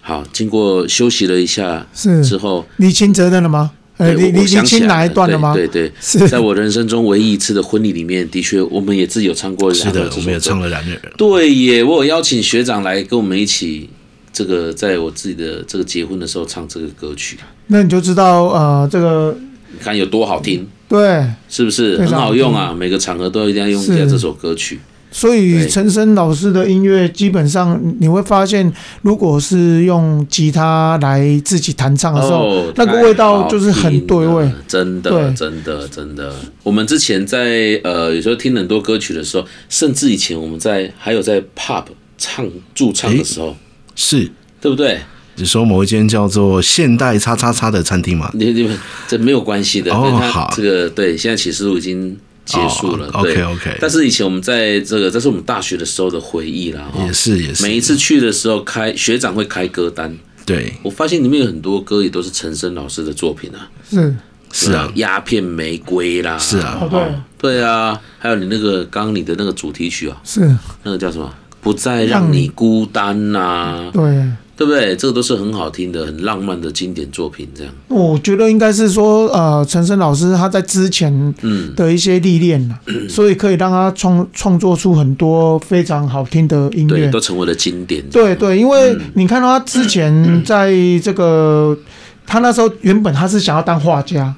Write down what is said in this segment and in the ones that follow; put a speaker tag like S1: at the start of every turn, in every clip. S1: 好，经过休息了一下
S2: 是
S1: 之后，
S2: 理清责任了吗？
S1: 对
S2: 呃，理
S1: 我
S2: 理
S1: 我
S2: 理
S1: 想起
S2: 清
S1: 来
S2: 哪一段了吗？
S1: 对对
S2: 是
S1: 对，在我人生中唯一一次的婚礼里面，的确，我们也自己有唱过
S3: 是
S1: 两个
S3: 的
S1: 这首歌。，
S3: 我们也唱了两个，
S1: 对耶，我有邀请学长来跟我们一起，这个在我自己的这个结婚的时候唱这个歌曲，
S2: 那你就知道呃，这个
S1: 你看有多好听，
S2: 对，
S1: 是不是
S2: 非
S1: 很
S2: 常
S1: 好用啊？每个场合都一定要用一下
S2: 是
S1: 这首歌曲。
S2: 所以
S1: 对
S2: 陈升老师的音乐基本上你会发现，如果是用吉他来自己弹唱的时候，
S1: 哦，
S2: 那个
S1: 太
S2: 味道就是很对味
S1: 好听了，真的，
S2: 对
S1: 真的，真的。我们之前在呃，有时候听很多歌曲的时候，甚至以前我们在还有在 pub 唱驻唱的时候，
S3: 是。
S1: 对不对？
S3: 你说某一间叫做现代叉叉叉的餐厅嘛？
S1: 你你们这没有关系的，
S3: 哦
S1: 跟他
S3: 好
S1: 这个对，现在启示录已经结束了，
S3: 哦
S1: 对。
S3: OK，OK
S1: 但是以前我们在这个，这是我们大学的时候的回忆啦，哈
S3: 也。是也是，
S1: 每一次去的时候开学长会开歌单，
S3: 对
S1: 我发现里面有很多歌也都是陈升老师的作品啊，
S2: 是
S3: 是啊，
S1: 鸦片玫瑰啦，
S3: 是啊
S2: 哦对
S1: 对啊，还有你那个刚刚你的那个主题曲啊，
S2: 是，
S1: 那个叫什么？不再让你孤单呐、
S2: 对。
S1: 对不对？这个都是很好听的、很浪漫的经典作品。这样，
S2: 我觉得应该是说，呃，陈升老师他在之前
S1: 嗯，
S2: 的一些历练 啊，所以可以让他创创作出很多非常好听的音
S1: 对，
S2: 乐。
S1: 都成为了经典。
S2: 对对，因为你看到他之前在这个，他那时候原本他是想要当画家，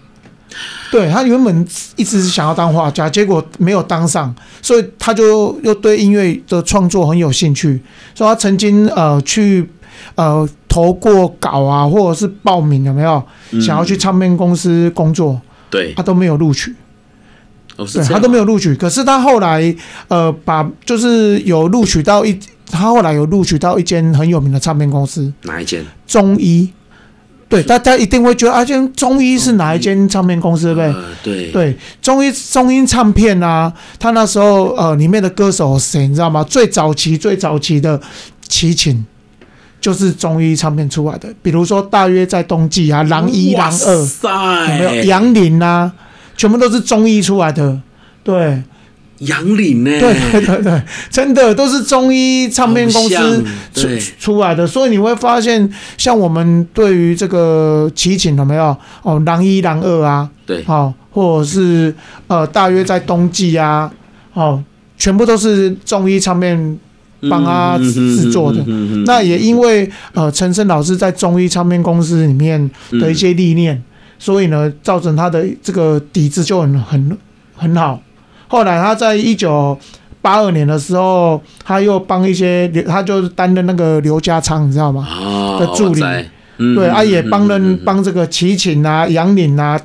S2: 对他原本一直是想要当画家，结果没有当上，所以他就又对音乐的创作很有兴趣，所以他曾经呃去呃投过稿啊，或者是报名有没有想要去唱片公司工作，
S1: 对，
S2: 他都没有录取。
S1: 哦是
S2: 对
S1: 这
S2: 他
S1: 样
S2: 都没有录取，可是他后来呃，把就是有录取到一，他后来有录取到一间很有名的唱片公司
S1: 哪一间？
S2: 中医，对，大家一定会觉得啊，这间中医是哪一间唱片公司，对不对？
S1: 呃对
S2: 对，中医中音唱片啊，他那时候呃里面的歌手谁你知道吗？最早期最早期的齐秦。就是中医唱片出来的，比如说大约在冬季啊，狼一、狼二，
S1: 哇塞，
S2: 有没有杨林啊，全部都是中医出来的，对，
S1: 杨岭呢？
S2: 对对对对，真的都是中医唱片公
S1: 好像
S2: 司出
S1: 对
S2: 出来的，所以你会发现，像我们对于这个齐秦有没有哦，狼一、狼二啊，
S1: 对，
S2: 哦，或者是呃，大约在冬季啊，哦，全部都是中医唱片。帮他
S1: 嗯
S2: 制作的，
S1: 嗯嗯嗯嗯嗯
S2: 那也因为呃，陈升老师在中医唱片公司里面
S1: 嗯
S2: 的一些历练，所以呢，造成他的这个底子就很很很好。后来他在一九八二年的时候，他又帮一些刘，他就是担任那个刘家昌，你知道吗？
S1: 啊
S2: 的助理，
S1: 嗯
S2: 对，啊也帮人帮这个齐秦啊、杨岭啊，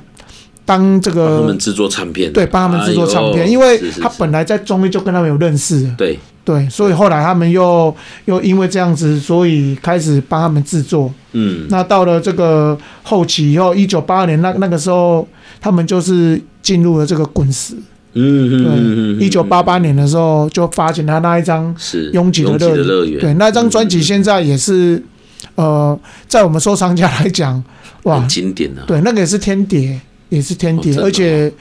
S2: 当这
S1: 帮他
S2: 个
S1: 们制作唱片，
S2: 对帮他们制作唱片，
S1: 哎呦
S2: 因为
S1: 是是
S2: 他
S1: 是
S2: 本来在中医就跟他们有认识，
S1: 对
S2: 对，所以后来他们又又因为这样子，所以开始帮他们制作。
S1: 嗯
S2: 那到了这个后期以后，一九八二年那那个时候，他们就是进入了这个滚石。
S1: 嗯嗯嗯嗯，
S2: 对，一九八八年的时候就发行了那一张，
S1: 是
S2: 拥挤的
S1: 拥
S2: 乐园
S1: 乐园，
S2: 对，那张专辑
S1: 嗯
S2: 现在也是，呃，在我们收藏家来讲，哇
S1: 很，经典啊，
S2: 对，那个也是天碟，也是天
S1: 哦
S2: 碟，
S1: 真的
S2: 而且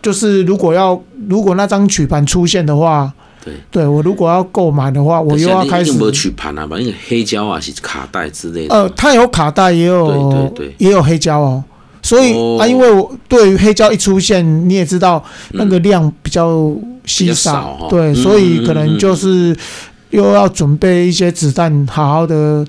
S2: 就是如果要如果那张曲盘出现的话，
S1: 对。
S2: 对我如果要购买的话，我又要开始
S1: 有没有曲盘啊？把那个黑胶啊，是卡带之类的。
S2: 呃，它有卡带，也有
S1: 对对对
S2: 也有黑胶哦。所以、
S1: 哦
S2: 啊，因为我对于黑胶一出现，你也知道那个量比较稀
S1: 比较少哦
S2: 对，
S1: 嗯
S2: 所以可能就是又要准备一些子弹，好好的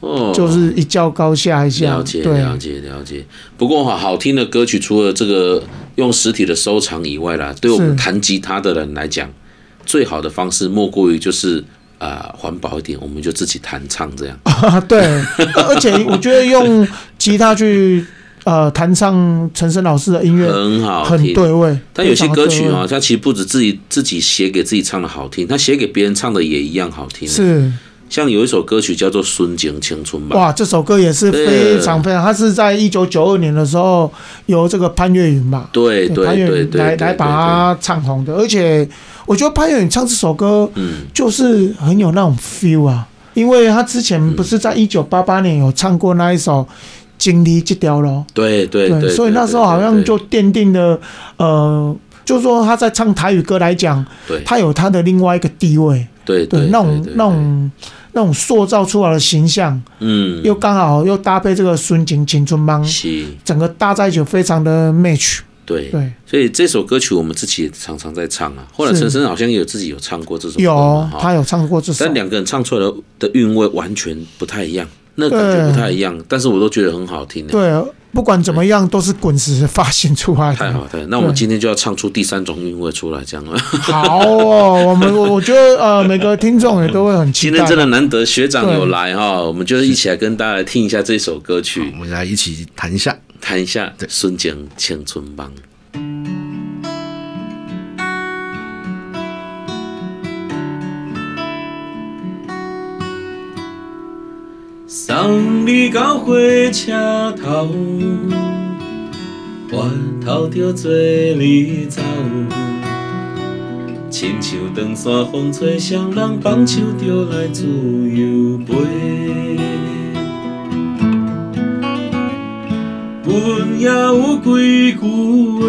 S1: 哦，
S2: 就是一较高下一下。
S1: 了解
S2: 对，
S1: 了解了解。不过哈，好听的歌曲除了这个用实体的收藏以外啦，对我
S2: 是
S1: 们弹吉他的人来讲，最好的方式莫过于就是啊、环保一点，我们就自己弹唱这
S2: 啊
S1: 样。
S2: 对，而而且我觉得用吉他去呃弹唱陈升老师的音 乐
S1: 很好
S2: 很
S1: 听。
S2: 对味，
S1: 但有
S2: 非
S1: 些
S2: 常
S1: 歌
S2: 对
S1: 曲
S2: 味
S1: 啊，，它其实不止自己自己写给自己唱的好听，他写给别人唱的也一样好听。，啊
S2: 是
S1: 像有一首歌曲叫做《孙景青春》吧，
S2: 哇，这首歌也是非常非常，它是在一九九二年的时候由这个潘越云嘛，
S1: 对哎对
S2: 潘越
S1: 对
S2: 云
S1: 对，
S2: 来
S1: 对
S2: 来把它唱红的。而且我觉得潘越云唱这首歌
S1: 对嗯，
S2: 就是很有那种 feel 啊，因为他之前不是在一九八八年有唱过那一首《经历这条路》，
S1: 对对对，
S2: 所以那时候好像就奠定了呃。就说他在唱台语歌来讲，
S1: 对
S2: 他有他的另外一个地位，
S1: 对
S2: 对那种那种那那种塑造出来的形象，
S1: 嗯，
S2: 又刚好又搭配这个孙景青春帮，
S1: 是，
S2: 整个搭在一起非常的 match。
S1: 对，
S2: 对，
S1: 所以这首歌曲我们自己也常常在唱啊。后来
S2: 是
S1: 陈升好像有自己有唱过这首歌
S2: 有
S1: 嘛哈
S2: 他有唱过这首
S1: 但，两个人唱出来的的韵味完全不太一样，那感觉
S2: 对
S1: 不太一样，但是我都觉得很好听、啊。
S2: 对，不管怎么样都是滚石发行出来
S1: 太
S2: 的。
S1: 好，太好！那我们
S2: 对
S1: 今天就要唱出第三种韵味出来，这样
S2: 嗯
S1: 了。
S2: 好哦，我们 我我觉得呃，每个听众也都会很期
S1: 今
S2: 待
S1: 天。真的难得学长
S2: 对
S1: 有来哈，我们就一起来跟大家来听一下这首歌曲
S3: 我，们来一起谈一下。
S1: 谈一下孙江青春帮。送你到火车头，回头着做你走，亲像长山风吹，双人放手着来自由飞。阮也有几句话，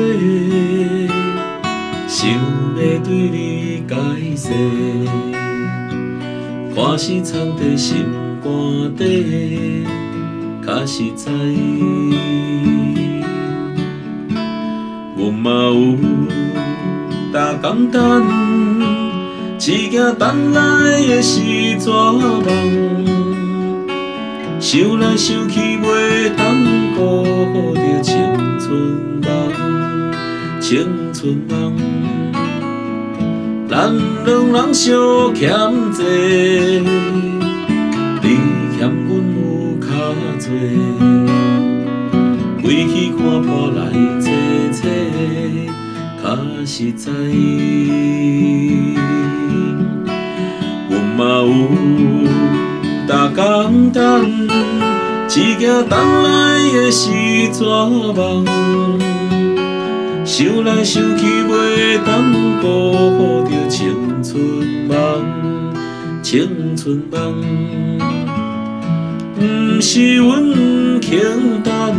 S1: 想要对你解释，看是藏在心肝底，较实在。阮嘛有大工等，只惊等来的是绝望。想来想去，袂当辜负着青春人，青春人，咱两人相欠债，你欠阮有较济，归去看破来坐坐，较实在。阮嘛有逐工等，只惊等来的是绝望。想来想去，袂当辜负着青春梦，青春梦。毋是阮轻等，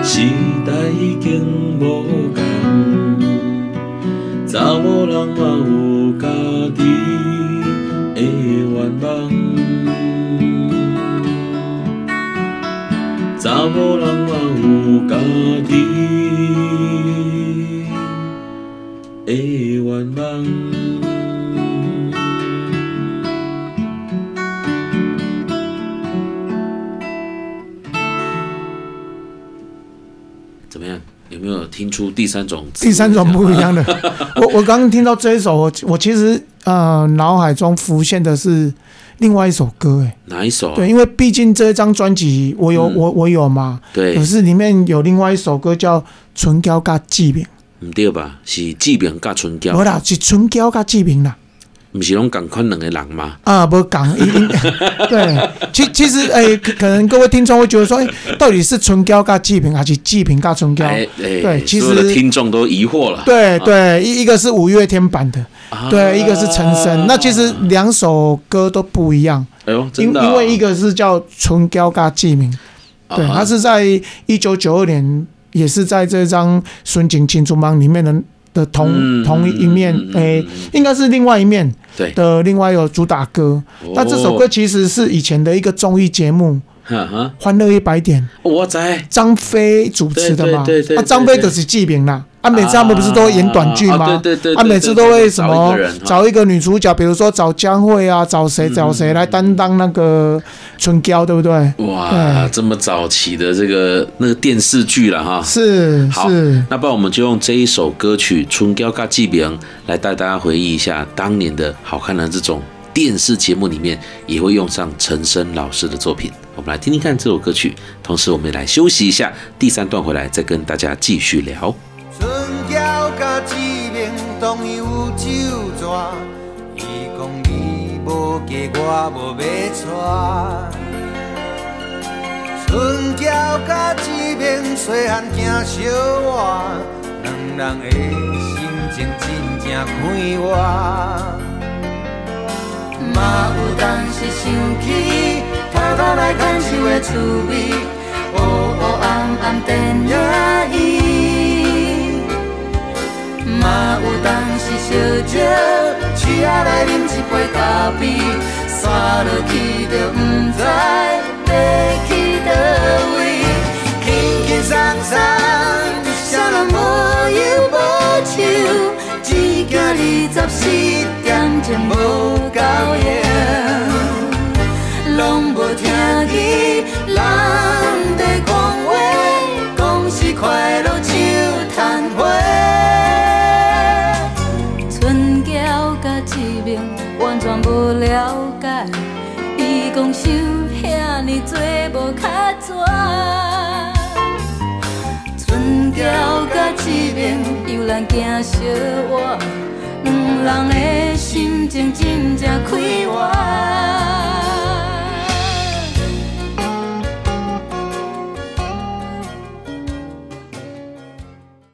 S1: 时代已经无同。查某人嘛有家己的愿望，查某人嘛有家己的愿望。怎么样？有没有听出第三种？
S2: 第三种不一样的。 我我刚刚听到这一首，我我其实呃脑海中浮现的是另外一首歌，哎，
S1: 哪一首啊？
S2: 对，因为毕竟这张专辑我有、
S1: 嗯
S2: 我我有嘛，
S1: 对
S2: 可，是里面有另外一首歌叫《唇膏加志明
S1: 唔对吧？是志明甲春》，娇
S2: 无，啦，是《唇膏加志明》啦。
S1: 唔是拢共款两个人吗？
S2: 啊，不讲，一定 对，其其实诶、可可能各位听众会觉得说，诶、到底是唇膏加志明，还是志明加唇膏？
S1: 哎哎，
S2: 对其实
S1: 所有的听众都疑惑了。
S2: 对对，一一个是五月天版的，
S1: 啊
S2: 对，一个是陈升。那其实两首歌都不一样，
S1: 哎呦，
S2: 因
S1: 真的啊，
S2: 因为一个是叫《唇膏加志明》，
S1: 啊
S2: 对，它是在一九九二年，也是在这张《孙景青竹帮》里面的的同、
S1: 嗯
S2: 同一面
S1: 嗯嗯，嗯
S2: 诶、
S1: 嗯嗯
S2: 应该是另外一面
S1: 对哦
S2: 的另外一个主打歌。那这首歌，其实是以前的一个综艺节目
S1: 哈哈，
S2: 《欢乐一百点》，
S1: 我在
S2: 张飞主持的嘛。
S1: 对对对对
S2: 啊，张飞就是纪炳啦。啊，每次他们不是都会演短剧吗？
S1: 啊对对对对
S2: 啊，每次都会什
S1: 找一
S2: 么
S1: 个人哈
S2: 找一个女主角，比如说找江蕙啊，找谁找
S1: 嗯
S2: 谁来担当那个春娇，对不对？
S1: 哇，这么早期的这个那个电视剧了哈。
S2: 是
S1: 好
S2: 是，，
S1: 那不然我们就用这一首歌曲《春娇嘎记名》来带大家回忆一下当年的好看的这种电视节目里面也会用上陈升老师的作品。我们来听听看这首歌曲，同时我们也来休息一下，第三段回来再跟大家继续聊。
S4: 春娇甲志明当然有酒醉，伊讲你无嫁我无要娶。春娇甲志明细汉行小活，两人的心情真正快活。
S5: 嘛有当时想起偷偷来感受的滋味，黑黑暗暗电影伊。嘛有当时烧酒，笑时啊来饮一杯咖啡，山落去就不知要去倒位，轻轻松松，啥人无忧无愁，只惊二十四点钟无够夜。拢无听见人在讲话，讲是快乐手昙花。春娇甲志明完全无了解，伊讲收遐尼多无较纸。春娇甲志明悠然行小活，两人的心情真正快活。